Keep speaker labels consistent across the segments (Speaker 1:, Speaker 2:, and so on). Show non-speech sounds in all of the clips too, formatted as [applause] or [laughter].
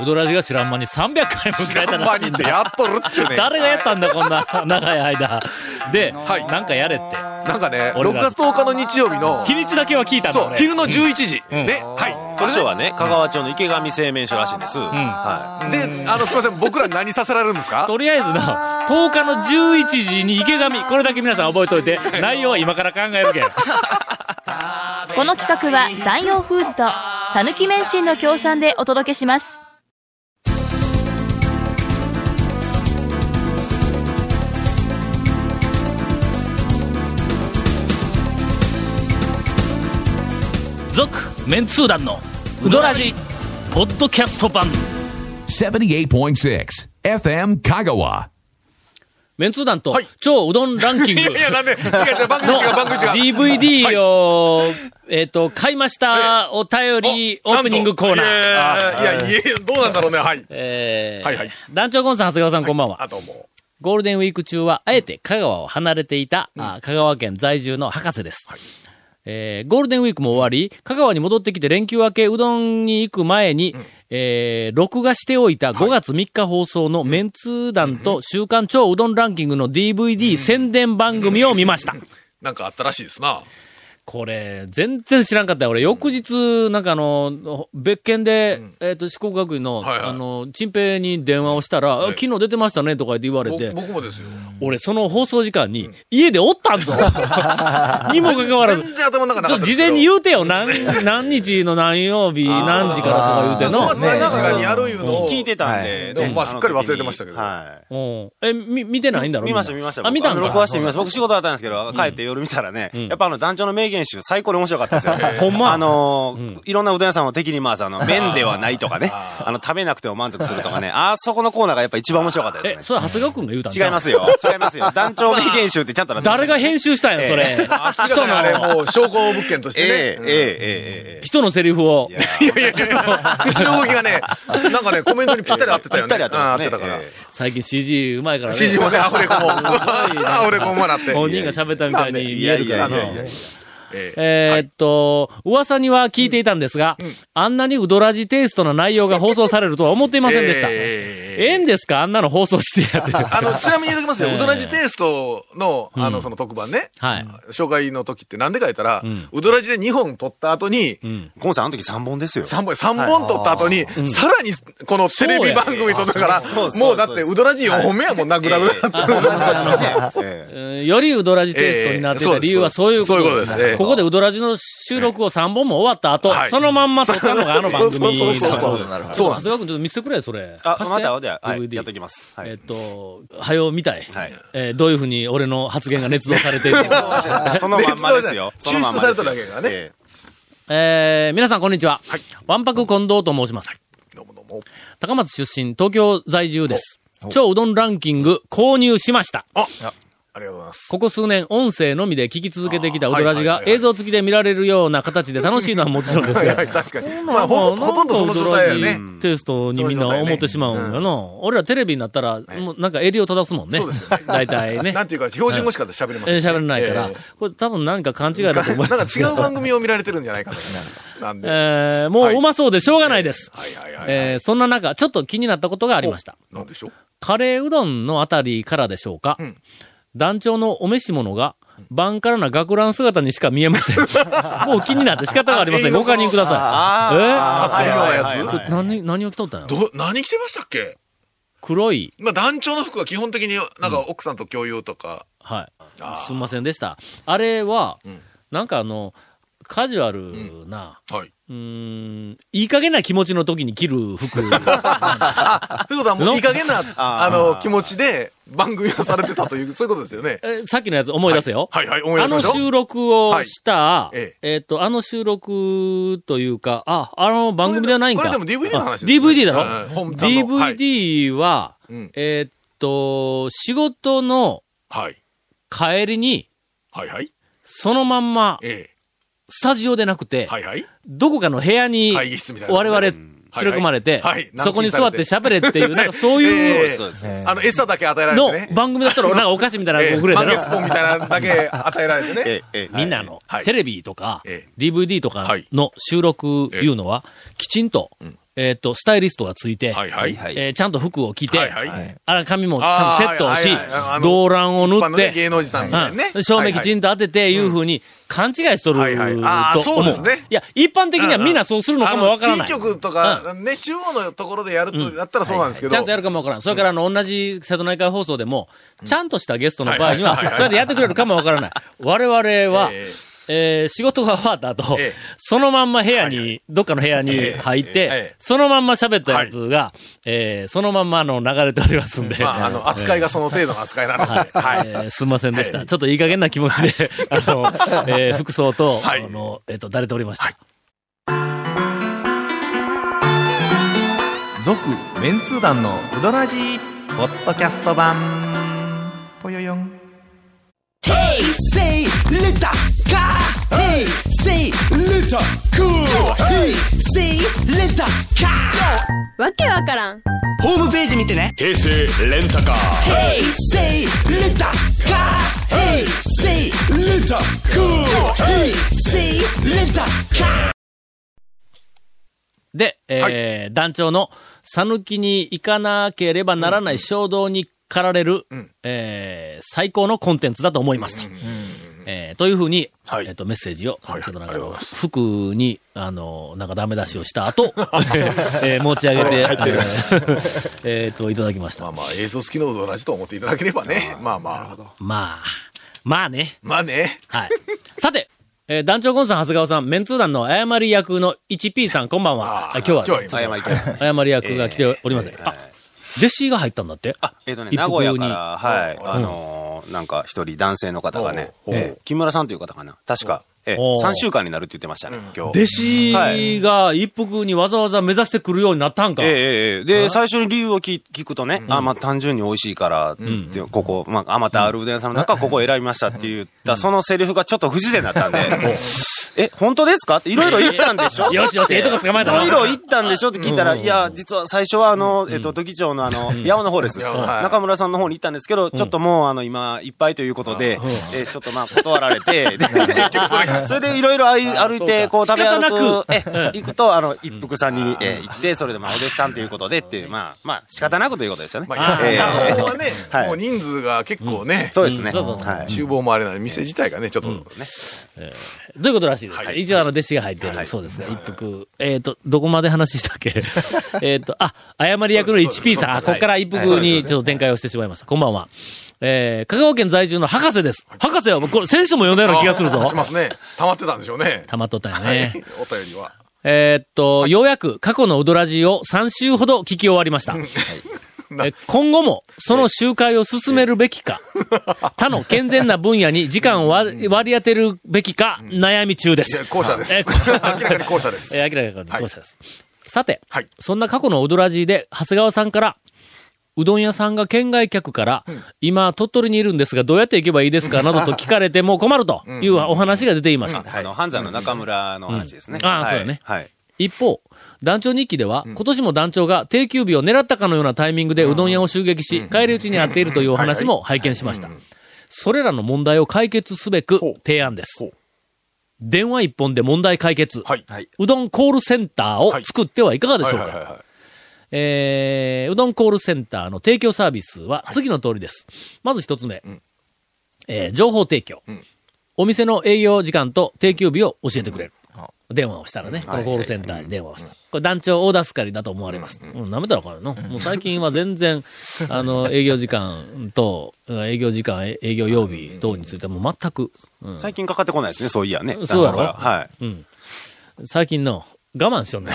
Speaker 1: 踊らじが知らん間に300回迎えたら
Speaker 2: バ
Speaker 1: しい
Speaker 2: ニ
Speaker 1: ん
Speaker 2: って
Speaker 1: だ。
Speaker 2: やっとるっちゅうねん。
Speaker 1: 誰がやったんだ、こ
Speaker 2: [laughs]
Speaker 1: んな長い間。で、
Speaker 2: はい
Speaker 1: なんかやれって。
Speaker 2: なんかね、
Speaker 1: 俺
Speaker 2: 6
Speaker 1: が
Speaker 2: 月10日の日曜日の、
Speaker 1: 日にちだけは聞いたの、
Speaker 2: そう、
Speaker 1: 俺。
Speaker 2: 昼の11時。
Speaker 1: うん
Speaker 2: ね、は。
Speaker 3: それはね、香川町の池上製麺所らしいです。はい
Speaker 2: で、あの、すいません、僕ら何させられるんですか
Speaker 1: とりあえずな、10日の11時に池上、これだけ皆さん覚えとい
Speaker 2: [laughs]
Speaker 1: て、内容は今から考えるけん。
Speaker 4: この企画は山陽フーズと讃岐免震の協賛でお届けします
Speaker 1: 続、メンツー団の、ウドラジ、ポッドキャスト版。
Speaker 5: 78.6 FM Kagawa.
Speaker 1: メンツー団と
Speaker 2: はい、
Speaker 1: 超うどんランキング。
Speaker 2: [laughs] いやいや、なんで、違う違う、番組違う、番組違う。
Speaker 1: DVD を、えっ、と、買いました、お便り、オープニングコーナー。
Speaker 2: あいや、いや、どうなんだろうね、はい。
Speaker 1: えー
Speaker 2: はいはい
Speaker 1: 団長コンさん、長谷川さん、こんばんは。
Speaker 2: あ、どうも。
Speaker 1: ゴールデンウィーク中は、あえて香川を離れていた、あ香川県在住の博士です。えーゴールデンウィークも終わり、香川に戻ってきて連休明け、うどんに行く前に、えー録画しておいた5月3日放送のメンツー団と週刊超うどんランキングの DVD 宣伝番組を見ました。
Speaker 2: なんかあったらしいですな。
Speaker 1: これ、全然知らんかったよ。俺、翌日、なんかあの、別件で、えっ、と、四国学院の、
Speaker 2: はいはい
Speaker 1: あの、陳平に電話をしたら、
Speaker 2: い
Speaker 1: あ昨日出てましたね、とか言って言われ
Speaker 2: 僕
Speaker 1: て、
Speaker 2: 僕もですよ。
Speaker 1: 俺、その放送時間に、家でおったんぞにもかかわらず、
Speaker 2: 全然頭の
Speaker 1: ちょった
Speaker 2: 中なかっ
Speaker 1: と事
Speaker 2: ですけど。
Speaker 1: 前に言うてよ、何、何日の何曜日、何時からとか言うての。
Speaker 2: 5月何日かにやるいうのを。
Speaker 3: 聞いてたんで。
Speaker 2: でもまあ
Speaker 3: の
Speaker 2: すっかり忘れてましたけど
Speaker 3: は
Speaker 1: うんえ、み、見てないんだろ
Speaker 3: い。
Speaker 1: みん
Speaker 3: 見
Speaker 1: な
Speaker 3: ました見ました。
Speaker 1: あ、見たん
Speaker 3: 僕
Speaker 1: か
Speaker 3: 録画して見ました。僕仕事だったんですけど、帰って夜見たらね、やっぱあの団長の名言集最高に面白かったですよ。
Speaker 1: ほんま
Speaker 3: あのー、いろんなうどん屋さんを敵に回す、あの、麺ではないとかね、あの、食べなくても満足するとかね、あそこのコーナーがやっぱ一番面白かったです
Speaker 1: え [laughs]
Speaker 3: ね、。
Speaker 1: それ、長谷川くんが言うたんちゃう
Speaker 3: 違いますよ。違いますよ。団長名言集ってちゃんとなってました
Speaker 1: 誰が編集したんや、それ。
Speaker 2: 明らかにあれ、もう、証拠物件とし
Speaker 3: ええ
Speaker 2: てね。
Speaker 3: え
Speaker 1: [laughs]
Speaker 3: えええええ
Speaker 1: 人のセリフを。
Speaker 2: 口の動きがね、なんかね、コメントにぴったり合ってたよね。
Speaker 3: ぴったり合ってますね
Speaker 2: うん合ってたから
Speaker 3: え。
Speaker 1: 最近 CG うまいからね。
Speaker 2: 指示もね、アフレコも。ア [laughs] フレコもらって。
Speaker 1: 本人が喋ったみたいに見えるから
Speaker 3: なんでいやいやいやいや
Speaker 1: な。
Speaker 2: ええ
Speaker 1: えーっと、噂には聞いていたんですが、あんなにウドラジテイストの内容が放送されるとは思っていませんでした。え
Speaker 2: ええ
Speaker 1: えんですかあんなの放送してやって。
Speaker 2: [laughs] あの、ちなみに言うときますよ。
Speaker 1: ええ
Speaker 2: うどらじテイストの、あの、その特番ね。
Speaker 1: はい。
Speaker 2: 紹介の時ってなんでか言ったら
Speaker 1: ん、
Speaker 2: うどらじで2本取った後に、
Speaker 3: えコンさん、あの時3本ですよ。
Speaker 2: 3本、三本取った後に、さらに、このテレビ番組とだから
Speaker 3: そうや、そう
Speaker 2: もうだって、
Speaker 3: そう
Speaker 2: うどらじ4本目はもうなくなるなってる。
Speaker 3: ええ
Speaker 1: うんよりウドラジテイストになってた理由はそういうこと
Speaker 2: そういうことですええ
Speaker 1: ここでウドラジの収録を3本も終わった後、
Speaker 2: はい
Speaker 1: そのまんま撮ったのがあの番組だったんです
Speaker 2: そうそうそう
Speaker 3: そうなるほど
Speaker 1: そうなんです。長谷川君ちょっと見せてくれ、それ。
Speaker 3: あ、
Speaker 1: 貸して
Speaker 3: また、じゃあ、はい、
Speaker 1: DVD
Speaker 3: やっときます。は
Speaker 1: えっ
Speaker 3: い。
Speaker 1: と、はよ見たい。
Speaker 3: はい
Speaker 1: えーどういうふうに俺の発言が捏造されているのか。
Speaker 2: [laughs]
Speaker 3: そのまんまですよ。
Speaker 2: そ
Speaker 3: そ
Speaker 2: で
Speaker 3: うの
Speaker 2: す抽出
Speaker 3: まんまです
Speaker 2: されただけがね
Speaker 3: え
Speaker 1: えー皆さんこんにちは。わんぱく近藤と申します。
Speaker 2: どうもどうも。
Speaker 1: 高松出身、東京在住です。超うどんランキング購入しました。
Speaker 2: あ [laughs] ありがとうございます。
Speaker 1: ここ数年、音声のみで聞き続けてきた
Speaker 2: あ
Speaker 1: う
Speaker 2: ー
Speaker 1: どらじ
Speaker 2: はい
Speaker 1: が
Speaker 2: はいはいはい
Speaker 1: 映像付きで見られるような形で楽しいのはもちろんです
Speaker 2: [laughs] はいは
Speaker 1: が
Speaker 2: い、。確かに。まあ、ほとほとんどその状態や
Speaker 1: なん
Speaker 2: ね
Speaker 1: か。うどんテイストにみんな思ってしまうんやな。俺らテレビになったら、もうなんか襟を正すもんね。
Speaker 2: そうですよね
Speaker 1: 大体ね。
Speaker 2: [laughs] なんていうか、標準語しか喋れま
Speaker 1: え
Speaker 2: せ
Speaker 1: ー
Speaker 2: んね。
Speaker 1: 喋らないから
Speaker 2: ええ。
Speaker 1: これ多分何か勘違いだと思
Speaker 2: [laughs] ないんか
Speaker 1: ます。
Speaker 2: 違う番組を見られてるんじゃないかと。なんで。
Speaker 1: えーもううまそうでしょうがないです。
Speaker 2: はいはいはいはい。
Speaker 1: えーそんな中、ちょっと気になったことがありました。
Speaker 2: なんでしょう
Speaker 1: カレーうどんのあたりからでしょうか、団長のお召し物が、バンカラな学ラン姿にしか見えま
Speaker 2: [laughs]
Speaker 1: せん。もう気になって仕方がありません。ご確認くださ
Speaker 2: 買ってるようなやつ
Speaker 3: はいはいはい
Speaker 1: い。え何、何を着とったんやろ
Speaker 2: どう、何着てましたっけ
Speaker 1: 黒い。
Speaker 2: まあ、団長の服は基本的になんか奥さんと共有とか。
Speaker 1: はい。すんませんでした。あれは、なんかあの、カジュアルな、
Speaker 2: はい。
Speaker 1: うーん、いい加減な気持ちの時に着る
Speaker 2: [laughs]
Speaker 1: 服。
Speaker 2: ということはもういい加減な、あ
Speaker 3: あー
Speaker 2: の、気持ちで番組をされてたという、そういうことですよね。
Speaker 1: えさっきのやつ思い出せよ。
Speaker 2: はいはい、思い
Speaker 1: あ
Speaker 2: 出し
Speaker 1: の
Speaker 2: ましょう。
Speaker 1: 収録をした、
Speaker 2: いえ
Speaker 1: えっ、と、あの収録というか、あ、あの番組ではないんか。
Speaker 2: これでも DVD の話です
Speaker 1: あ DVD だろ、
Speaker 2: はい本ちゃんのはい
Speaker 1: ?DVD は、
Speaker 2: うん
Speaker 1: えっと、仕事の
Speaker 2: はい。
Speaker 1: 帰りに、
Speaker 2: はいはい。
Speaker 1: そのまんま、
Speaker 2: え
Speaker 1: スタジオでなくて、
Speaker 2: え。はいはい。
Speaker 1: どこかの部屋に、
Speaker 2: 会議室みたいな
Speaker 1: 我々、連れ込まれて、
Speaker 2: はいはいはい
Speaker 1: そこに座って喋れっていう、
Speaker 2: [laughs]
Speaker 1: なんかそう
Speaker 2: え
Speaker 1: い
Speaker 2: え
Speaker 1: う
Speaker 3: そうですそうです
Speaker 2: あの、餌だけ与えられ
Speaker 1: の
Speaker 2: てね。
Speaker 1: 番組だったら、なんかお菓子みたいなの
Speaker 2: え
Speaker 1: が
Speaker 2: え
Speaker 1: くれた
Speaker 2: 満
Speaker 1: な
Speaker 2: 月本みたいなのだけ与えられて
Speaker 3: [laughs] え
Speaker 2: ね。
Speaker 3: えええ
Speaker 1: みんなあの
Speaker 2: は、い
Speaker 1: テレビとか
Speaker 2: え、
Speaker 1: DVD とか
Speaker 2: はい
Speaker 1: の収録いうのは、きちんと、えっと、スタイリストがついて、
Speaker 2: はいはい。
Speaker 3: はい
Speaker 1: えーちゃんと服を着て、
Speaker 2: はいはい。
Speaker 1: あら、髪もちゃんとセットをし
Speaker 2: あーはいはいはいあ、の
Speaker 1: 動乱を塗
Speaker 2: 一般
Speaker 1: っ
Speaker 2: のね
Speaker 1: て、
Speaker 2: 芸能人さんみたいな
Speaker 1: う
Speaker 2: ね。
Speaker 1: ん照明機ちんと当てて、いうふうに勘違いしとる
Speaker 2: はいはいあ
Speaker 1: と
Speaker 2: ー
Speaker 1: 思
Speaker 2: そうですね
Speaker 1: いや、一般的にはみんなそうするのかもわからない。
Speaker 2: キー局とか、ね、中央のところでやると、やったらそうなんですけど。
Speaker 1: ちゃんとやるかもわからん。それから、あの、同じ瀬戸内海放送でも、ちゃんとしたゲストの場合には、
Speaker 2: はいはいはいはい
Speaker 1: それでやってくれるかもわからない。我々は、
Speaker 2: え
Speaker 1: えー仕事が終わった後、
Speaker 2: ええ
Speaker 1: そのまんま部屋に、どっかの部屋に入って、
Speaker 2: ええええ
Speaker 1: そのまんま喋ったやつが、えーそのまんまあの流れておりますんで、
Speaker 2: まあ、あの、扱いがその程度の扱いなので。はい。
Speaker 1: えーすんませんでした。ちょっといい加減な気持ちで、あの、えー服装と、
Speaker 2: はい
Speaker 1: あの、えっ、と、だれておりました。
Speaker 6: 続メンツー団のウドラジーポッドキャスト版ぽよよん
Speaker 7: Say little car. Hey, say little cool. Hey, say little car.
Speaker 8: わけわからん
Speaker 7: ホームページ見てね。平成レンタカー。Hey, say little car. Hey, say little cool. Hey, say little car.
Speaker 1: で、えー団長の、さぬきに行かなければならない衝動に駆られる、えー最高のコンテンツだと思いますと。えーというふうに、
Speaker 2: はい
Speaker 1: えっ、と、メッセージを、
Speaker 2: はい
Speaker 1: ちょっとなん
Speaker 2: あ
Speaker 1: か
Speaker 2: りがとうございま
Speaker 1: 服に、あの、なんかダメ出しをした
Speaker 2: [laughs]
Speaker 1: 後、えー持ち上げて、あのえっと、いただきました
Speaker 2: [laughs] まあ。まあ、映像好きの同じと思っていただければね。まあまあ。
Speaker 1: まあ、まあね。
Speaker 2: まあね。
Speaker 1: はい。さて、えー団長ゴンさん、長谷川さん、メンツー団の誤り役の 1P さん、こんばんは。あ今日は、
Speaker 2: 今日は
Speaker 3: 謝りたい。
Speaker 1: 誤り役が来ておりません。あ、弟子が入ったんだって
Speaker 3: あ、えっ、とね、
Speaker 1: 一
Speaker 3: 名
Speaker 1: 服
Speaker 3: 古
Speaker 1: に
Speaker 3: 屋から、はい、あのーなんか一人男性の方がね、
Speaker 2: おうおう
Speaker 3: ええ木村さんという方かな、確か、ええ
Speaker 1: おう
Speaker 3: 3週間になるって言ってましたね、今日。
Speaker 1: 弟子が一服にわざわざ目指してくるようになったんか。
Speaker 3: ええええええで、最初に理由を聞聞くとね、あ、まあ単純に美味しいから、ってここ、まあ、あまたあるうどん屋さんの中、ここを選びましたって言った、そのセリフがちょっと不自然だったんで、え、本当ですかっていろいろ言ったんでしょ
Speaker 1: よしよし、ええとこ捕まえ
Speaker 3: い
Speaker 1: たな
Speaker 3: ろいろ行ったんでしょって聞いたら、いや、実は最初は、あの、えっと、土器町のあの、八尾の方です。
Speaker 2: はい
Speaker 3: 中村さんの方に行ったんですけど、ちょっともう、あの、今、いっぱいということで、えー、ちょっとまあ、断られて、
Speaker 1: [laughs]
Speaker 3: でそれでいろいろ歩いて、こう、
Speaker 1: そう
Speaker 3: 食
Speaker 1: か
Speaker 3: べ歩く、
Speaker 1: 仕
Speaker 3: え、行くと、あの、一服さんに、えー、行って、それで、まあ、お弟子さんということでっていう、まあ、まあ、仕方なくということですよね。
Speaker 2: まあ、い
Speaker 3: えー
Speaker 2: や、ここはね、
Speaker 3: はい
Speaker 2: もう人数が結構ね、
Speaker 3: そうですね。
Speaker 1: そうそうそう
Speaker 3: はい。
Speaker 2: 厨房もあれなんで、店自体がね、ちょっと、
Speaker 1: どういうことらしいですか、
Speaker 2: はい
Speaker 1: 一応あの弟子が入ってる、
Speaker 3: はい
Speaker 1: そうですね。一服。えっ、と、どこまで話したっ
Speaker 3: [laughs]
Speaker 1: けえっと、あ、誤り役の 1P さん、あ、ここから一服にちょっと展開をしてしまいました。こんばんは。えー、香川県在住の博士です。博士は、これ、選手も呼んだような気がする
Speaker 2: あ
Speaker 1: ぞ
Speaker 2: し。ますね。溜まってたんでしょうね。
Speaker 1: たまっとったよ
Speaker 2: はい
Speaker 1: ね。
Speaker 2: [laughs] お便りは。
Speaker 1: えーっと、ようやく過去のウドラジを3週ほど聞き終わりました。 [laughs] え今後もその集会を進めるべき
Speaker 2: [laughs]
Speaker 1: か、他の健全な分野に時間を割割り当てるべきか悩み中で
Speaker 2: いや、
Speaker 1: す。
Speaker 2: 後者です。
Speaker 1: えこ
Speaker 2: 明らかに後者
Speaker 1: [laughs]
Speaker 2: です。
Speaker 1: え明らかに後者です。さて、
Speaker 2: はい
Speaker 1: そんな過去のウドラジで長谷川さんから、うどん屋さんが県外客から、今、鳥取にいるんですが、どうやって行けばいいですかなどと聞かれても困るというお話が出ていました。
Speaker 3: あの、半山の中村の話ですね。
Speaker 1: うんあー
Speaker 3: はい
Speaker 1: そうだね
Speaker 3: はい。
Speaker 1: 一方、団長日記では、今年も団長が定休日を狙ったかのようなタイミングでうどん屋を襲撃し、帰り討ちに遭っているというお話も拝見しました。それらの問題を解決すべく
Speaker 2: ほう
Speaker 1: 提案です
Speaker 2: ほう。
Speaker 1: 電話一本で問題解決。
Speaker 2: はい。
Speaker 1: うどんコールセンターを作ってはいかがでしょう
Speaker 2: はいはい
Speaker 1: か
Speaker 2: はいはい
Speaker 1: えーうどんコールセンターの提供サービスは次の通りです。まず一つ目、えー情報提供、お店の営業時間と定休日を教えてくれる。電話をしたらね、このコールセンターに電話をした。これ団長大助かりだと思われます。うん、舐めたらあかんよな。もう最近は全然、あの、営業時間と、うん営業時間、え営業曜日等についてはもう全く、
Speaker 3: 最近かかってこないですね、そういやね。
Speaker 1: そうだろ
Speaker 3: 男女からはい。
Speaker 1: 最近の、我慢しとんねん。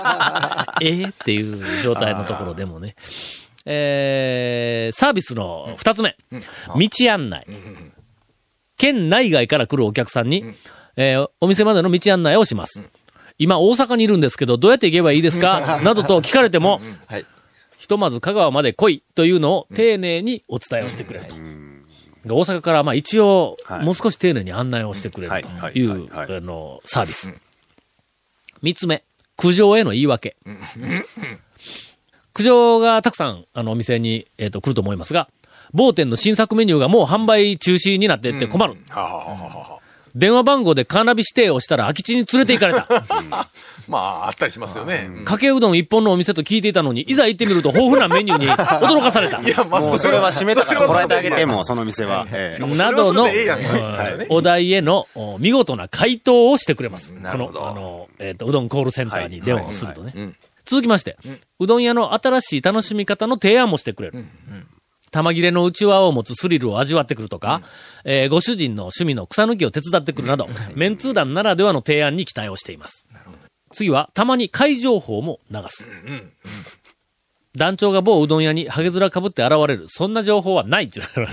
Speaker 1: [laughs] ええっていう状態のところでもね。えー、サービスの二つ目。道案内。県内外から来るお客さんに、えーお店までの道案内をします。今大阪にいるんですけど、どうやって行けばいいですかなどと聞かれても、ひとまず香川まで来いというのを丁寧にお伝えをしてくれると。大阪からまあ一応、
Speaker 3: はい
Speaker 1: もう少し丁寧に案内をしてくれるとい
Speaker 3: はいは
Speaker 1: う、
Speaker 3: いはいはい
Speaker 1: あの、サービス。三つ目、苦情への言い訳。苦情がたくさん、あの、お店に、えっ、と、来ると思いますが、某店の新作メニューがもう販売中止になってって困る。
Speaker 2: はあはあはあは
Speaker 1: 電話番号でカーナビ指定をしたら空き地に連れて行かれた。
Speaker 2: まあ、あったりしますよね。
Speaker 1: かけうどん一本のお店と聞いていたのに、いざ行ってみると豊富なメニューに驚かされた。
Speaker 2: いや、まあ、
Speaker 3: もうそれは閉めたからこらえてあげて、
Speaker 2: も。
Speaker 3: もうその店は。ええ
Speaker 1: などの
Speaker 2: それはそれでええやんか
Speaker 1: うんお題へのお見事な回答をしてくれます。
Speaker 2: なるほど
Speaker 1: この、あの、えっ、と、うどんコールセンターに電話をするとね。
Speaker 2: うん
Speaker 1: 続きまして、うどん屋の新しい楽しみ方の提案もしてくれる。玉切れの内輪を持つスリルを味わってくるとか、えーご主人の趣味の草抜きを手伝ってくるなど、メンツー団ならではの提案に期待をしています。次は、たまに会情報も流す。団長が某うどん屋にハゲヅラかぶって現れる。そんな情報はない [laughs] って言う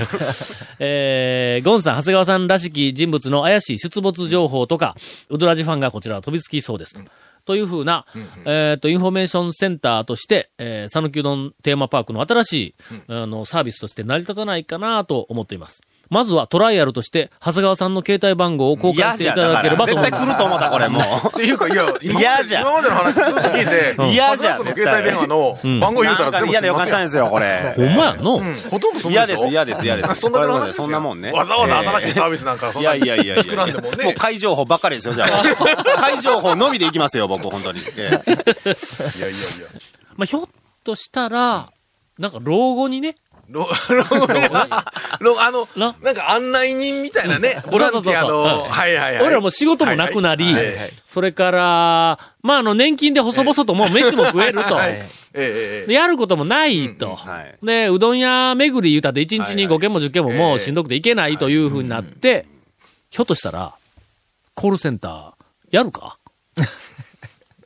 Speaker 1: えー、ゴンさん、長谷川さんらしき人物の怪しい出没情報とか、ウドラジファンがこちらは飛びつきそうですと。というふうな、えっ、と、インフォメーションセンターとして、えー、讃岐うどんテーマパークの新しい、あの、サービスとして成り立たないかなと思っています。まずはトライアルとして、長谷川さんの携帯番号を交換
Speaker 3: 嫌
Speaker 1: して
Speaker 3: じ
Speaker 1: い
Speaker 3: ゃん、
Speaker 1: ただ
Speaker 3: だ
Speaker 1: けれ
Speaker 3: から。
Speaker 1: ばと
Speaker 3: 絶
Speaker 1: 思います。
Speaker 3: 対来ると思った、これもう。
Speaker 2: っていうか、いや、今ま
Speaker 3: 嫌
Speaker 2: で
Speaker 3: じゃん
Speaker 2: 今までの話ずっと聞いて、
Speaker 3: 嫌じゃん
Speaker 2: 家族の携帯電話の番号言うたら
Speaker 3: なんか
Speaker 2: 全部
Speaker 3: 嫌な予感したんですよ、こ
Speaker 1: ほん
Speaker 3: れ。
Speaker 1: まやの、
Speaker 2: うんほとんどそんな
Speaker 3: 嫌です、嫌です、嫌です。
Speaker 2: そんな話ですよ
Speaker 3: そんなもんね。
Speaker 2: わざわざ新しいサー
Speaker 3: ビ
Speaker 2: ビスなんか、そん
Speaker 3: い
Speaker 2: な
Speaker 3: やいやいやいや。
Speaker 2: 作らんでもね。
Speaker 3: もう会情報ばっかりですよ、じゃ
Speaker 2: [laughs]
Speaker 3: あ。会情報のみでいきますよ、僕、本当に。ええ
Speaker 2: いやいやいや。
Speaker 1: まあ、ひょっとしたら、なんか老後にね、
Speaker 2: ロ、ロ、ロ、あの、
Speaker 1: な
Speaker 2: なんか案内人みたいなね、ボランティア
Speaker 1: そうそ
Speaker 2: の、
Speaker 1: うそうそう
Speaker 2: はいはいはい。
Speaker 1: 俺らもう仕事もなくなり
Speaker 2: はいはいはいはい、
Speaker 1: それから、まあ、あの、年金で細々ともう飯も食えると。
Speaker 2: はいええええ
Speaker 1: でやることもないと。
Speaker 3: はい
Speaker 1: で、うどん屋巡り言うたって1日に5件も10件ももうしんどくていけないというふうになって、ひょっとしたら、コールセンター、やるか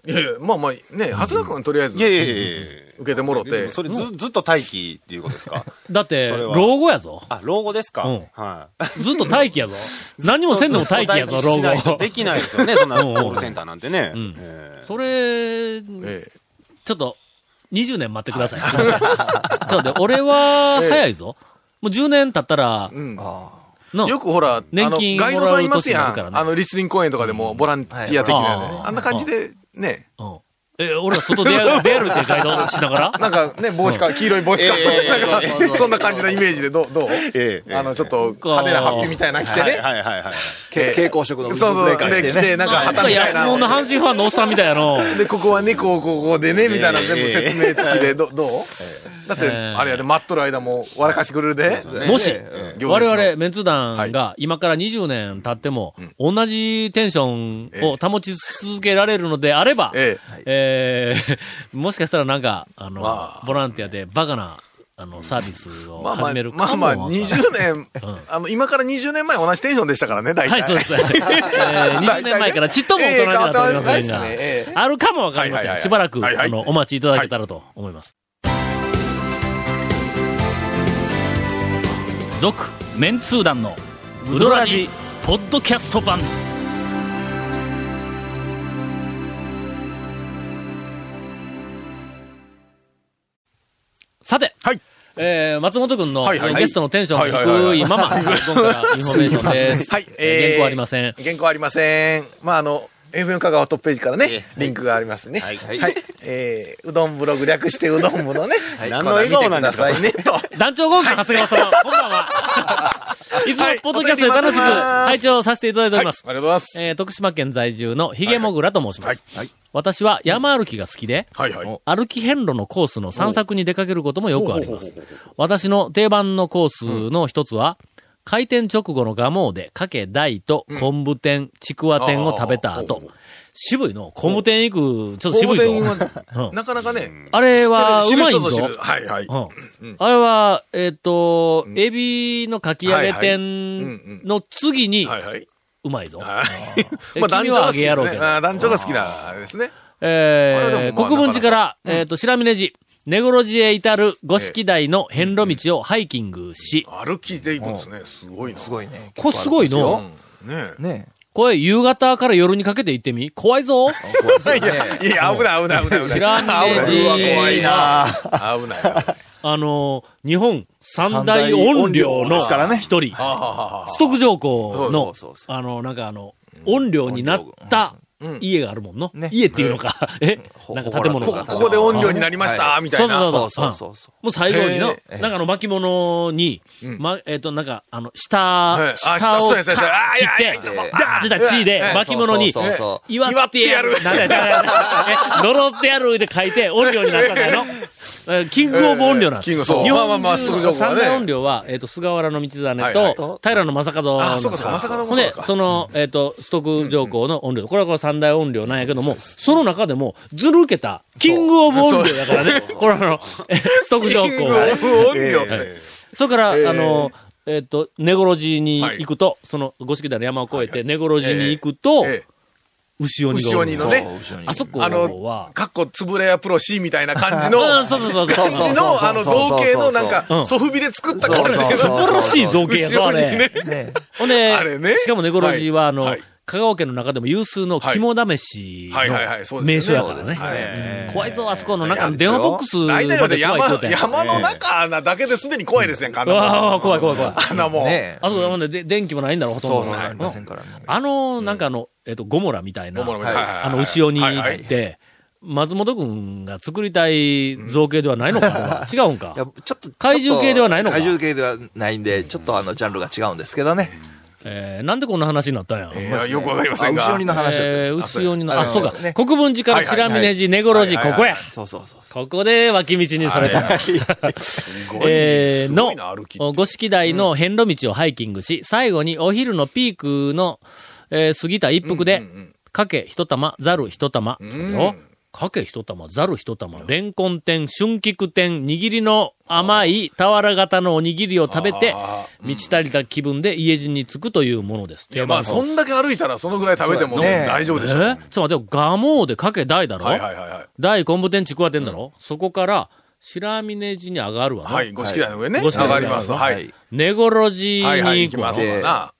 Speaker 2: いやいや、まあまあ、ね、長谷川君はとりあえず、
Speaker 3: いやいやい
Speaker 2: 受
Speaker 3: やいや。
Speaker 2: けてもろて、
Speaker 3: それずずっと待機っていうことですか
Speaker 1: だって、
Speaker 3: それは
Speaker 1: 老後やぞ。
Speaker 3: あ、老後ですか、
Speaker 1: うん
Speaker 3: はい。
Speaker 1: ずっと待機
Speaker 3: [laughs]
Speaker 1: やぞ。何もせんでも待機やぞ、老
Speaker 3: しないと
Speaker 1: 後。
Speaker 3: できないですよね、そんな
Speaker 1: うん
Speaker 3: コールセンターなんてね。え
Speaker 1: それ、
Speaker 2: ええ
Speaker 1: ちょっと、20年待ってください。すいませんちょっとね、俺は、早いぞ。もう10年経ったら、
Speaker 2: ん
Speaker 1: の
Speaker 2: よくほら、あ
Speaker 1: 年
Speaker 2: の、ガ
Speaker 1: 金
Speaker 2: イドさんいます
Speaker 1: もらう年に
Speaker 2: や
Speaker 1: なるから
Speaker 2: ん。
Speaker 1: ね
Speaker 2: あの、立林公園とかでもボランティア的な
Speaker 1: はい
Speaker 2: ね。あんな感じで、ね、
Speaker 1: うん。え、俺は外出歩 [laughs] 出歩いてガイドしながら
Speaker 2: なんかね、帽子か、黄色い帽子か、
Speaker 3: ええ
Speaker 2: なん
Speaker 3: ええ
Speaker 2: か、そんな感じのイメージで、どう、どう
Speaker 3: ええ
Speaker 2: あの、ちょっと、派手なハッピーみたいなの着
Speaker 3: え
Speaker 2: て
Speaker 3: はい
Speaker 2: ね。
Speaker 3: はいはいはい。
Speaker 2: ええ
Speaker 8: 蛍光色の
Speaker 2: そうそう、
Speaker 8: ー
Speaker 2: で、着て、なんか、
Speaker 1: なん
Speaker 2: 旗
Speaker 1: か
Speaker 2: みたい
Speaker 1: 安
Speaker 2: な。
Speaker 1: 物の阪神ファンのおっさんみたいやの。
Speaker 2: で、ここはね、こう、こうこうでね、みたいな全部説明付きで、どどうだって、
Speaker 1: ええ
Speaker 2: あれやで、待っとる間も、笑かしてくれるで。
Speaker 1: もし、
Speaker 2: 行列の
Speaker 1: 我々、メンツ団が今から20年経っても、同じテンションを保ち続けられるのであれば、
Speaker 2: え
Speaker 1: えー [laughs] もしかしたらなんか、あの
Speaker 2: ま、
Speaker 1: ボランティアでバカな、あの、サービスを
Speaker 2: まあまあ
Speaker 1: 始める、かも
Speaker 2: まあまあ、
Speaker 1: わからん
Speaker 2: 20年、あの、今から20年前同じテンションでしたからね、大
Speaker 1: は
Speaker 2: 体。
Speaker 1: い、そうです。えー20年前からちっとも大人にはなっておりませんが
Speaker 2: ええ変わってないですねえ、
Speaker 1: あるかもわかりませ
Speaker 2: は
Speaker 1: ん。
Speaker 2: いはいはい
Speaker 1: しばらく、
Speaker 2: はいは
Speaker 1: あ
Speaker 2: い
Speaker 1: の、お待ちいただけたらと思います。続、メンツー団の、ウドラジ、ポッドキャスト版。さて、
Speaker 2: はい
Speaker 1: えー松本君の、
Speaker 2: はいはいはい
Speaker 1: ゲストのテンションが低
Speaker 2: はいはいはい
Speaker 1: いまま、今からインフォメーションです。
Speaker 2: はい、
Speaker 1: えー
Speaker 2: えー
Speaker 1: 原稿ありません。
Speaker 2: 原稿ありません。まあ、あの、FM 香川トップページからね、リンクがありますね。はい。はい。えー、うどんブログ略してうどん部のね、
Speaker 3: 何の笑顔なんですか
Speaker 2: コーナー見てくださいね、と。
Speaker 1: 団長ゴンさん、長谷川さん、こんばん [laughs] は。いつもポッドキャストで楽しく拝聴させていただいております。
Speaker 2: はいありがとうございます。
Speaker 1: えー徳島県在住のヒゲモグラと申します。私は山歩きが好きで、
Speaker 2: はいはい。
Speaker 1: 歩き遍路のコースの散策に出かけることもよくあります。私の定番のコースの一つは、開店直後の蒲生で、かけ大と昆布天、ちくわ天を食べた後、渋いの、昆布天行く、ちょっと渋いぞ。
Speaker 2: ゴールデン
Speaker 1: う
Speaker 2: は
Speaker 1: ん
Speaker 2: なかなかね、
Speaker 1: あれは、
Speaker 2: 知
Speaker 1: う
Speaker 2: る
Speaker 1: まい
Speaker 2: 人
Speaker 1: ぞ
Speaker 2: ぞ。知る。はいはい。
Speaker 1: うん。あれは、えっ、と、エビのかき揚げ
Speaker 2: はいはい
Speaker 1: 店
Speaker 2: うん
Speaker 1: の次に、
Speaker 2: はいはい。
Speaker 1: うまいぞ。
Speaker 2: [laughs] はい。
Speaker 1: え
Speaker 2: まあ団
Speaker 1: 君
Speaker 2: 長
Speaker 1: は揚
Speaker 2: が好
Speaker 1: げ
Speaker 2: き
Speaker 1: や
Speaker 2: で
Speaker 1: ろ
Speaker 2: す
Speaker 1: うけ
Speaker 2: ね。
Speaker 1: ど
Speaker 2: あー団長が好きなですね。あれは
Speaker 1: え
Speaker 2: で
Speaker 1: ー、
Speaker 2: もまあ
Speaker 1: 国分寺から、えっ、と、白峰寺、根室寺へ至る五色台の遍路道をハイキングし、
Speaker 2: 歩きで行くんですね。すごいな。すごいね。
Speaker 1: これすごいの。
Speaker 2: ね
Speaker 8: ね
Speaker 1: これ夕方から夜にかけて行ってみ怖いぞ。
Speaker 2: え。い [laughs] や、いや、危ない危ない危ない危ない。
Speaker 1: 白峰寺
Speaker 2: 危ない怖
Speaker 1: [laughs]
Speaker 2: いな。危ない。
Speaker 1: あのー日本三大音量の一人、
Speaker 2: あははは
Speaker 1: ストック上皇の
Speaker 2: そうそうそう、そ
Speaker 1: あの、なんかあの、音量になった家があるもんの。
Speaker 6: ね
Speaker 1: 家っていうのか、 [laughs] え、なんか建物
Speaker 6: ほ
Speaker 1: が
Speaker 6: ら。
Speaker 2: ここで音量になりました、みたいな。
Speaker 1: そう
Speaker 6: そ
Speaker 1: そう
Speaker 6: う
Speaker 1: そう。
Speaker 6: そうそう。
Speaker 1: もう最後にの
Speaker 6: へ、え
Speaker 1: なんかあの巻物に、ま、えっ、と、なんか、あの、下
Speaker 2: え、えあ
Speaker 1: 下を
Speaker 2: そう
Speaker 1: か
Speaker 2: やそうやそうやあ
Speaker 1: 切っ
Speaker 2: いやい
Speaker 1: て
Speaker 2: やいや、
Speaker 1: ダーッ出た血で
Speaker 2: ええ
Speaker 1: 巻物に
Speaker 6: そう、そうそう
Speaker 1: 祝ってやる。
Speaker 2: 祝って
Speaker 1: なん
Speaker 2: や
Speaker 1: だよ、え呪ってやるで書いて、音量になったんだ
Speaker 2: [laughs]
Speaker 1: よの。えキングオブ音量なんです。
Speaker 2: ええキングそう
Speaker 1: 日本
Speaker 2: まあまあまあすぐ情報は
Speaker 1: 三
Speaker 2: ね
Speaker 1: 大音量は、えっ、と、菅原道真
Speaker 2: はいはい
Speaker 1: と、平野正門なんですよ。
Speaker 2: あそうかそうか正門も
Speaker 1: ほんで
Speaker 2: そうか
Speaker 1: その、えっ、と、ストック上皇の音量。これはこれ三大音量なんやけども、その中でも、ずるけた、キングオブ音量だからね。 [laughs] これあの、
Speaker 2: [laughs]
Speaker 1: えストック上
Speaker 2: キン
Speaker 1: 皇。
Speaker 2: グオブ音量。
Speaker 1: それから、
Speaker 2: えー
Speaker 1: あの、えっ、と、根室寺に
Speaker 2: はい
Speaker 1: 行くと、その、五色台の山を越えて、根室寺に行くと、
Speaker 2: ええ
Speaker 1: 牛鬼が
Speaker 2: 牛
Speaker 1: おる
Speaker 2: 鬼のね、
Speaker 1: あそこ
Speaker 2: あ
Speaker 1: は
Speaker 2: の、、かっこつぶれやプロ C みたいな感じの、
Speaker 1: うん、
Speaker 2: 感
Speaker 1: そうそうそうそう。
Speaker 2: [laughs] じの、あの、造形のなん
Speaker 1: う
Speaker 2: か、
Speaker 1: ん
Speaker 2: ソフビで作った
Speaker 6: そう
Speaker 2: 感じの
Speaker 6: そう
Speaker 1: 素晴らしい造形やぞ、あ
Speaker 2: 後ろに
Speaker 1: れ
Speaker 2: ね。
Speaker 6: ね
Speaker 1: ほんで、
Speaker 2: あれね
Speaker 1: しかも根室寺は、あの、
Speaker 2: はい
Speaker 1: 香川県の中でも有数の肝試し
Speaker 2: はいはいはいそ
Speaker 1: の
Speaker 2: うで
Speaker 1: 名所
Speaker 2: す
Speaker 1: や
Speaker 2: よね
Speaker 1: からね。
Speaker 2: そうですね
Speaker 1: うん怖いぞ、あそこの、なん
Speaker 6: い
Speaker 1: か
Speaker 6: や
Speaker 1: 電話ボックスま
Speaker 2: 大体の
Speaker 1: で
Speaker 2: で
Speaker 1: 怖
Speaker 2: 山
Speaker 1: い人や、
Speaker 2: 山の中なだけですでに怖いですやんか、あんなもん
Speaker 1: わあ、怖い怖い怖い。
Speaker 2: あんなもん。
Speaker 6: ね
Speaker 1: あそこ山でで電気もないんだろ、ほとん
Speaker 6: そ
Speaker 1: ど。
Speaker 6: うそう、ありま
Speaker 1: う
Speaker 6: せ
Speaker 1: ん
Speaker 6: んからね。
Speaker 1: あの、なんかあの、えっと、ゴモラみたいな、
Speaker 2: ゴモラみたいはいはいはい
Speaker 1: あの、牛尾に
Speaker 2: はいは
Speaker 1: 行
Speaker 2: い
Speaker 1: って、松本くんが作りたい造形ではないのか、違うん
Speaker 2: [laughs]
Speaker 1: か
Speaker 6: いや、。ちょっと、
Speaker 1: 怪獣系ではないのか
Speaker 6: 怪獣系ではないんで、ちょっとあの、ジャンルが違うんですけどね。
Speaker 1: えーなんでこんな話になったんや。
Speaker 2: いやよくわかりませんが。
Speaker 6: あ牛鬼の話だったんで
Speaker 1: えー、
Speaker 6: すよ
Speaker 1: 牛尾にの、
Speaker 6: あ
Speaker 1: あ、そ
Speaker 6: そうう
Speaker 1: か
Speaker 6: ですね。
Speaker 1: 国分寺から白峰寺、根
Speaker 2: は
Speaker 1: 室
Speaker 2: いは
Speaker 1: 寺、
Speaker 2: い
Speaker 1: ここや。
Speaker 6: そうそうそう。
Speaker 1: ここで脇道にされた。えー
Speaker 2: すご
Speaker 1: の
Speaker 2: いな歩き、
Speaker 1: 五色台の遍路道をハイキングし、最後にお昼のピークの、えー過ぎた一服で、かけ一玉、ざる一玉、ちょっと待ってよかけ一玉、ざる一玉、レンコン天、春菊天、握りの甘い俵型のおにぎりを食べて、満ち足りた気分で家路に着くというものです。
Speaker 2: いや、まあ、そんだけ歩いたらそのぐらい食べても
Speaker 6: そうやね
Speaker 2: 大丈夫
Speaker 1: え
Speaker 2: でしょ。は
Speaker 1: ーちょっと待ってよ、ガモーでかけ大だろ、
Speaker 2: いはいはいはい。
Speaker 1: 大昆布天、ちくわ天だろ、そこから、白峰寺に上がるわな
Speaker 2: はい、ご式台の上ね。
Speaker 1: ご
Speaker 2: 上
Speaker 1: 指揮台の
Speaker 2: が
Speaker 1: 上
Speaker 2: ります。
Speaker 1: は
Speaker 2: はいい。
Speaker 1: 根室寺
Speaker 2: はいはい、
Speaker 1: に
Speaker 2: 行
Speaker 1: 行
Speaker 2: き
Speaker 1: くわ
Speaker 2: ま
Speaker 1: な
Speaker 2: すわな。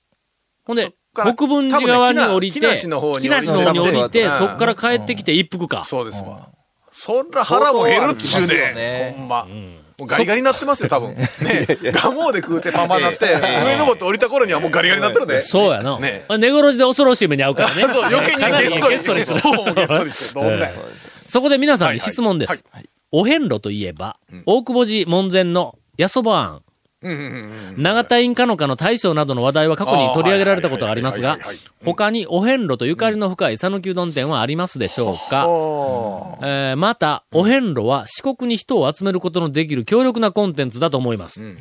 Speaker 1: ほんで、
Speaker 2: そっから
Speaker 1: 国分寺側に降りて、
Speaker 2: 多分ね木梨の方に降りて
Speaker 1: 木梨の方に降りて、
Speaker 2: うん
Speaker 1: そっから帰ってきて一服か。
Speaker 2: そうですわ。そんな腹も減るっちゅう
Speaker 6: 相当歩きます
Speaker 2: ね
Speaker 6: よね。
Speaker 2: ほんま。もうガリガリになってますよ、多分。ね。ガモーで食うてパンパンになって、上登って降りた頃にはもうガリガリになってるで。そ
Speaker 1: そうやな。
Speaker 2: ね
Speaker 1: 根室寺で恐ろしい目に遭うからね。
Speaker 2: う、余計に
Speaker 1: かなり
Speaker 2: げっ [laughs] そ
Speaker 1: げ
Speaker 2: り。
Speaker 1: っする。
Speaker 2: そうもうげっそりして。どんな
Speaker 1: そこで皆さんに質問です。
Speaker 2: はいは
Speaker 1: お遍路といえば、大久保寺門前の八そば庵、長田院かのかの大将などの話題は過去に取り上げられたことがあります
Speaker 2: あ
Speaker 1: が
Speaker 2: ーはいはいはいはいはい、
Speaker 1: 他にお遍路とゆかりの深い讃岐うどん店はありますでしょうかえーまた、お遍路は四国に人を集めることのできる強力なコンテンツだと思います。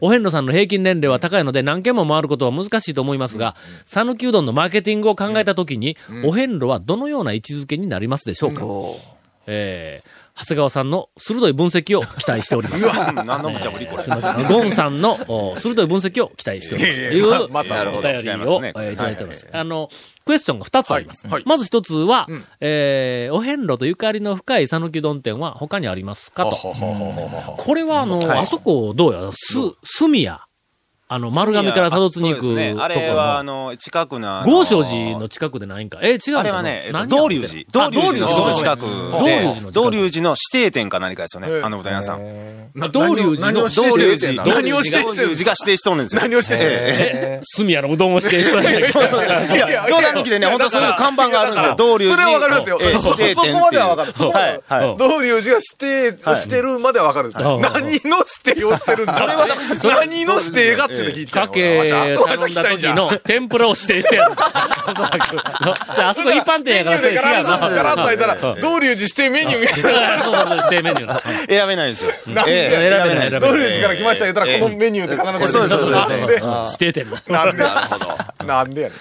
Speaker 1: お遍路さんの平均年齢は高いので何軒も回ることは難しいと思いますが、讃岐うどんのマーケティングを考えたときに、お遍路はどのような位置づけになりますでしょうか、えー、長谷川さんの鋭い分析を期待しております。
Speaker 3: 何の無茶ぶりこれ。
Speaker 1: すみませんあの。ゴンさんのお鋭い分析を期待しております。と
Speaker 2: い
Speaker 1: い
Speaker 2: やいや
Speaker 1: う、
Speaker 2: ままた
Speaker 1: お
Speaker 3: 違い
Speaker 1: 便り
Speaker 3: ます
Speaker 1: を、
Speaker 3: ね
Speaker 1: えーいただいております。
Speaker 3: はい
Speaker 1: あの、クエスチョンが2つあります。
Speaker 2: はいはい
Speaker 1: まず1つは、えー、お遍路とゆかりの深い讃岐うどん店は他にありますかと。これは、あの、あそこ、どうや、す、すみや。あの、丸亀からたどつに行くと
Speaker 3: そ
Speaker 1: こ
Speaker 3: うですねあれは、あ
Speaker 1: ろの。
Speaker 3: の、近くのあの。
Speaker 1: 豪商寺の近くでないんか。えー違うのかな
Speaker 3: あれはね、えっと
Speaker 1: 何や
Speaker 3: 道
Speaker 1: ってん
Speaker 3: 隆
Speaker 1: の
Speaker 3: 寺。道隆寺のすぐ近く
Speaker 1: あ道隆寺の近く
Speaker 3: で、道隆寺の指定店か何かですよね
Speaker 2: え、え
Speaker 3: あのうどん屋さん。
Speaker 2: な
Speaker 1: 道隆寺の
Speaker 2: 何を
Speaker 1: 道
Speaker 2: 指定
Speaker 1: 隆
Speaker 2: してん
Speaker 1: 寺
Speaker 2: の
Speaker 1: 何
Speaker 2: 何
Speaker 1: を
Speaker 2: を
Speaker 1: 指定
Speaker 2: 指定
Speaker 3: 道
Speaker 2: してん
Speaker 3: 隆寺が指定しとるんです
Speaker 2: の
Speaker 3: よ。
Speaker 2: 何をしてんの
Speaker 1: え、すみやのうどんを指定したんだけど
Speaker 2: いやいや
Speaker 3: 冗談抜きでね、本当その看板があるんですよ。道隆
Speaker 2: そ
Speaker 3: 寺。
Speaker 2: れはわかりますよ
Speaker 3: ええ
Speaker 2: そ
Speaker 3: 指定店ってい
Speaker 2: そこまではわかる
Speaker 3: そうはい。はい。
Speaker 1: うん
Speaker 2: 道隆寺が指定をしてるまではわかるんですよ。
Speaker 1: はい
Speaker 2: 何の指定をしてるんだ何の指定がっちゅうの聞いて
Speaker 1: かけ頼んだ時の天ぷらを指定してやる。おそらくじゃあ、あそこ一般店やから
Speaker 2: メニューでガラッとガラッと開いたら、
Speaker 1: うん
Speaker 2: 道隆寺指定メニューみたいな。
Speaker 1: そうそうそう、指定メニューな。
Speaker 3: 選べないんですよ。選べ
Speaker 1: 選べ [laughs] ない選べな
Speaker 2: 道隆寺から来ました言ったら、このメニューって必ず
Speaker 3: そうですそうです
Speaker 2: なんで
Speaker 1: 指定店の。
Speaker 2: なんでなんでやね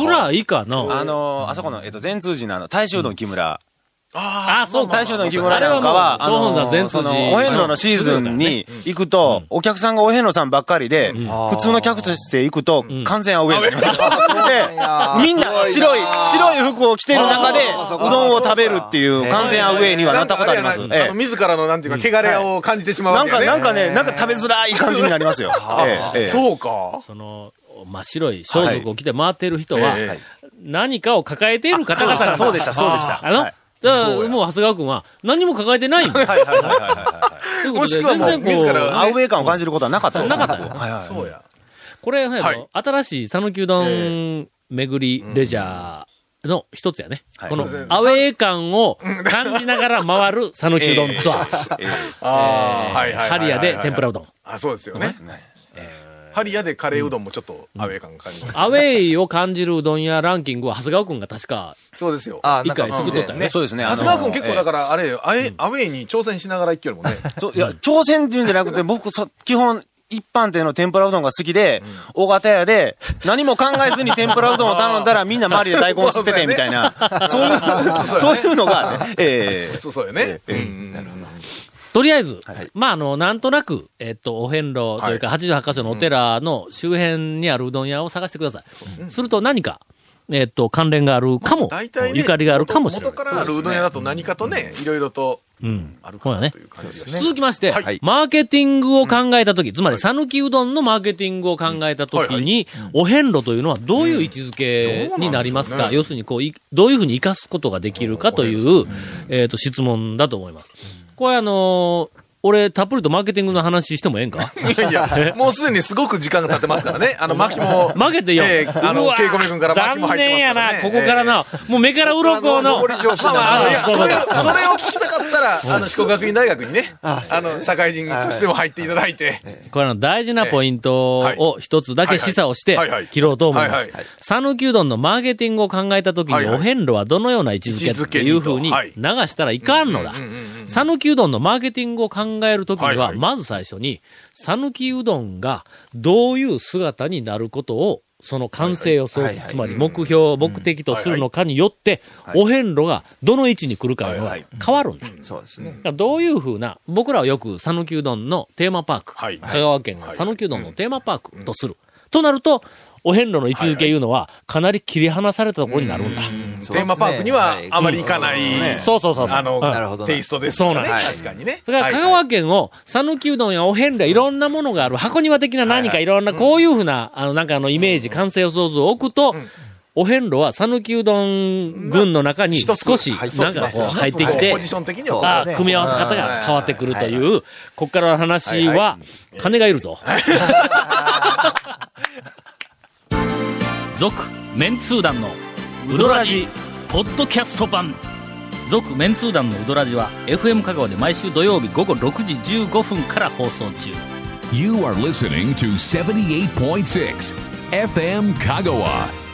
Speaker 2: ん。
Speaker 1: ぐらいかな。
Speaker 3: あのー、あそこの、えっと、善通寺のあの、大衆うどん木村。
Speaker 1: あ、そうか。
Speaker 3: 大衆うどん木村なんかは、
Speaker 1: あ
Speaker 3: あ
Speaker 1: れはもう
Speaker 3: の
Speaker 1: 総本山全
Speaker 3: ー、
Speaker 1: 通
Speaker 3: そ
Speaker 1: 寺
Speaker 3: の、お遍路のシーズンに行くと、お客さんがお遍路さんばっかりで、普通の客として行くと、完全アウェイになります。で、みんな白い、白い服を着てる中で、うどんを食べるっていう、完全アウェイにはなったことあります。
Speaker 2: なんかあれやなあ
Speaker 3: え
Speaker 2: の
Speaker 3: え
Speaker 2: 自らのなんていうか、汚れを感じてしまう
Speaker 3: な
Speaker 2: わ
Speaker 3: ん
Speaker 2: けやね。
Speaker 3: か、なんかね、なんか食べづらい感じになりますよ。ええええ
Speaker 2: そうか。
Speaker 1: その、真っ白い装束を着て回ってる人は
Speaker 2: はいええ、
Speaker 1: 何かを抱えている方々なんだ
Speaker 3: そうでした、そうでした。
Speaker 1: あの
Speaker 3: はい、
Speaker 1: じゃあ、もう長谷川くんは何も抱えてないんだ。
Speaker 3: はいはいはいはいはい。
Speaker 1: ということ
Speaker 2: も
Speaker 1: で
Speaker 2: しくはもう
Speaker 1: 全然こ
Speaker 2: 自
Speaker 3: [laughs]
Speaker 2: ら
Speaker 3: アウェー感を感じることはなかったです
Speaker 1: なかったよ
Speaker 3: はいはい。
Speaker 2: そうや。
Speaker 1: これ、ね
Speaker 2: はい
Speaker 1: 新しい讃岐うど
Speaker 2: え
Speaker 1: ん巡りレジャーの一つやね。
Speaker 3: はい
Speaker 1: この
Speaker 3: そうですね
Speaker 1: アウェー感を感じながら回る讃岐うどん
Speaker 2: [laughs]
Speaker 1: ツアー。
Speaker 3: えー
Speaker 2: ああ、はいはいはいはいはい。
Speaker 1: ハリアで天ぷらうどん。
Speaker 2: あ、そうですよね。ハリアでカレーうどんもちょっとアウェー感感じます。
Speaker 1: アウェイを感じるうどん屋ランキングは長谷川くんが確か
Speaker 2: そうですよ。
Speaker 6: あー
Speaker 1: 一回
Speaker 6: なんか
Speaker 1: 作っとったよね。
Speaker 3: そうですね。あの
Speaker 2: 長谷川君結構だから、あれ、アウェーアウェーに挑戦しながら行けるもんね。
Speaker 3: そういや、挑戦っていうんじゃなくて、僕、そ基本、一般店の天ぷらうどんが好きで、大型屋で、何も考えずに天ぷらうどんを頼んだら、みんな周りで大根を吸ってて、みたいな、 [laughs] そういう、そういうのが、ね、ええ
Speaker 2: そうそうよね。
Speaker 3: ええ
Speaker 2: なるほど。
Speaker 1: とりあえず、
Speaker 6: い
Speaker 1: まあ、あの、なんとなく、えっと、お遍路というか、八十八箇所のお寺の周辺にあるうどん屋を探してください。すると何か、えっと、関連があるかも、
Speaker 2: 大体ね
Speaker 1: ゆかりがあるかもしれ
Speaker 2: 元
Speaker 1: ない。
Speaker 2: からあるうどん屋だと何かとね、いろいろと
Speaker 1: うん。
Speaker 2: あるか
Speaker 1: そうだ
Speaker 2: な
Speaker 1: ね
Speaker 2: という感じがします。
Speaker 1: 続きまして、
Speaker 2: はい
Speaker 1: マーケティングを考えたとき、つまり、讃岐うどんのマーケティングを考えたとき
Speaker 2: うんはい
Speaker 1: に、お遍路というのはどういう位置づけになりますか、
Speaker 2: うん
Speaker 1: 要するにこうい、どういうふうに生かすことができるかという、えっ、と、質問だと思います。これあのー俺、たっぷりとマーケティングの話してもええん
Speaker 2: [laughs]
Speaker 1: か
Speaker 2: いやいや、もうすでにすごく時間が経ってますか
Speaker 1: [laughs]
Speaker 2: らね。あの、巻きも。
Speaker 1: 負けてよ。
Speaker 2: ええあ
Speaker 1: う
Speaker 2: の、
Speaker 1: わ
Speaker 2: ケイコメ君から巻きも
Speaker 1: 残
Speaker 2: 入って
Speaker 1: 念
Speaker 2: ま
Speaker 1: やな、
Speaker 2: すから、ね。
Speaker 1: ここから
Speaker 2: ええ。
Speaker 1: な、もう目から鱗の、
Speaker 6: 上り上司
Speaker 2: まあまあ、あのいや、
Speaker 1: そう
Speaker 2: そ
Speaker 1: そう
Speaker 2: れを、それを聞きたかったら、あの、四国学院大学にね、あの、社会人としても入っていただいて。
Speaker 1: これの大事なポイントを一つだけ示唆をして
Speaker 2: はいはいはいはい
Speaker 1: 切ろうと思いま
Speaker 2: はい
Speaker 1: す
Speaker 2: はい。
Speaker 1: 讃岐うどんのマーケティングを考えたとき
Speaker 2: は
Speaker 1: に
Speaker 2: いはい
Speaker 1: お遍路はどのような位置づけっていうふうに
Speaker 2: 位置づけ
Speaker 1: 流したらいかんのだ。讃岐うどんのマーケティングを考えるときに
Speaker 2: はい
Speaker 1: は、
Speaker 2: はい
Speaker 1: まず最初に、讃岐うどんがどういう姿になることを、その完成をそう、
Speaker 6: はいはい
Speaker 1: つまり目標、目的とするのかによって、お遍路がどの位置に来るかが変わるんだ。
Speaker 6: そうです
Speaker 1: だ
Speaker 6: ね。
Speaker 1: からどういうふうな、僕らはよく讃岐うどんのテーマパーク、
Speaker 2: はい
Speaker 1: 香川県が讃岐うどんのテーマパークとする。となると、お遍路の位置づけいうのは、かなり切り離されたところになるんだ。
Speaker 6: そうですね
Speaker 2: テーマパークには
Speaker 6: はい
Speaker 2: あまり行かない、
Speaker 1: そうそうそうそう。
Speaker 2: あの、
Speaker 1: うん
Speaker 6: なるほど
Speaker 2: テイストですからね。
Speaker 1: そうなん
Speaker 2: 確かにね。
Speaker 1: それから香川県を、讃岐うどんやお遍路やいろんなものがある、箱庭的な何かいろんな、こういうふうな、あの、なんかあの、イメージ、完成予想図を置くと、お遍路は讃岐うどん群の中に
Speaker 2: 一つ
Speaker 1: 少し、
Speaker 6: はい
Speaker 1: なんかこう入ってき
Speaker 2: はい
Speaker 1: て
Speaker 2: ポ、ジション的にはこう
Speaker 1: あ
Speaker 6: そうね
Speaker 1: 組み合わせ方が変わってくるという、こっからの話
Speaker 2: はい
Speaker 1: は、金がいるぞ。 [laughs] 続、メンツー団の、ウドラジ、ポッドキャスト版。続、メンツー団のウドラジは、FM 香川で毎週土曜日午後6時15分から放送中。
Speaker 5: You are listening to 78.6 FM Kagawa.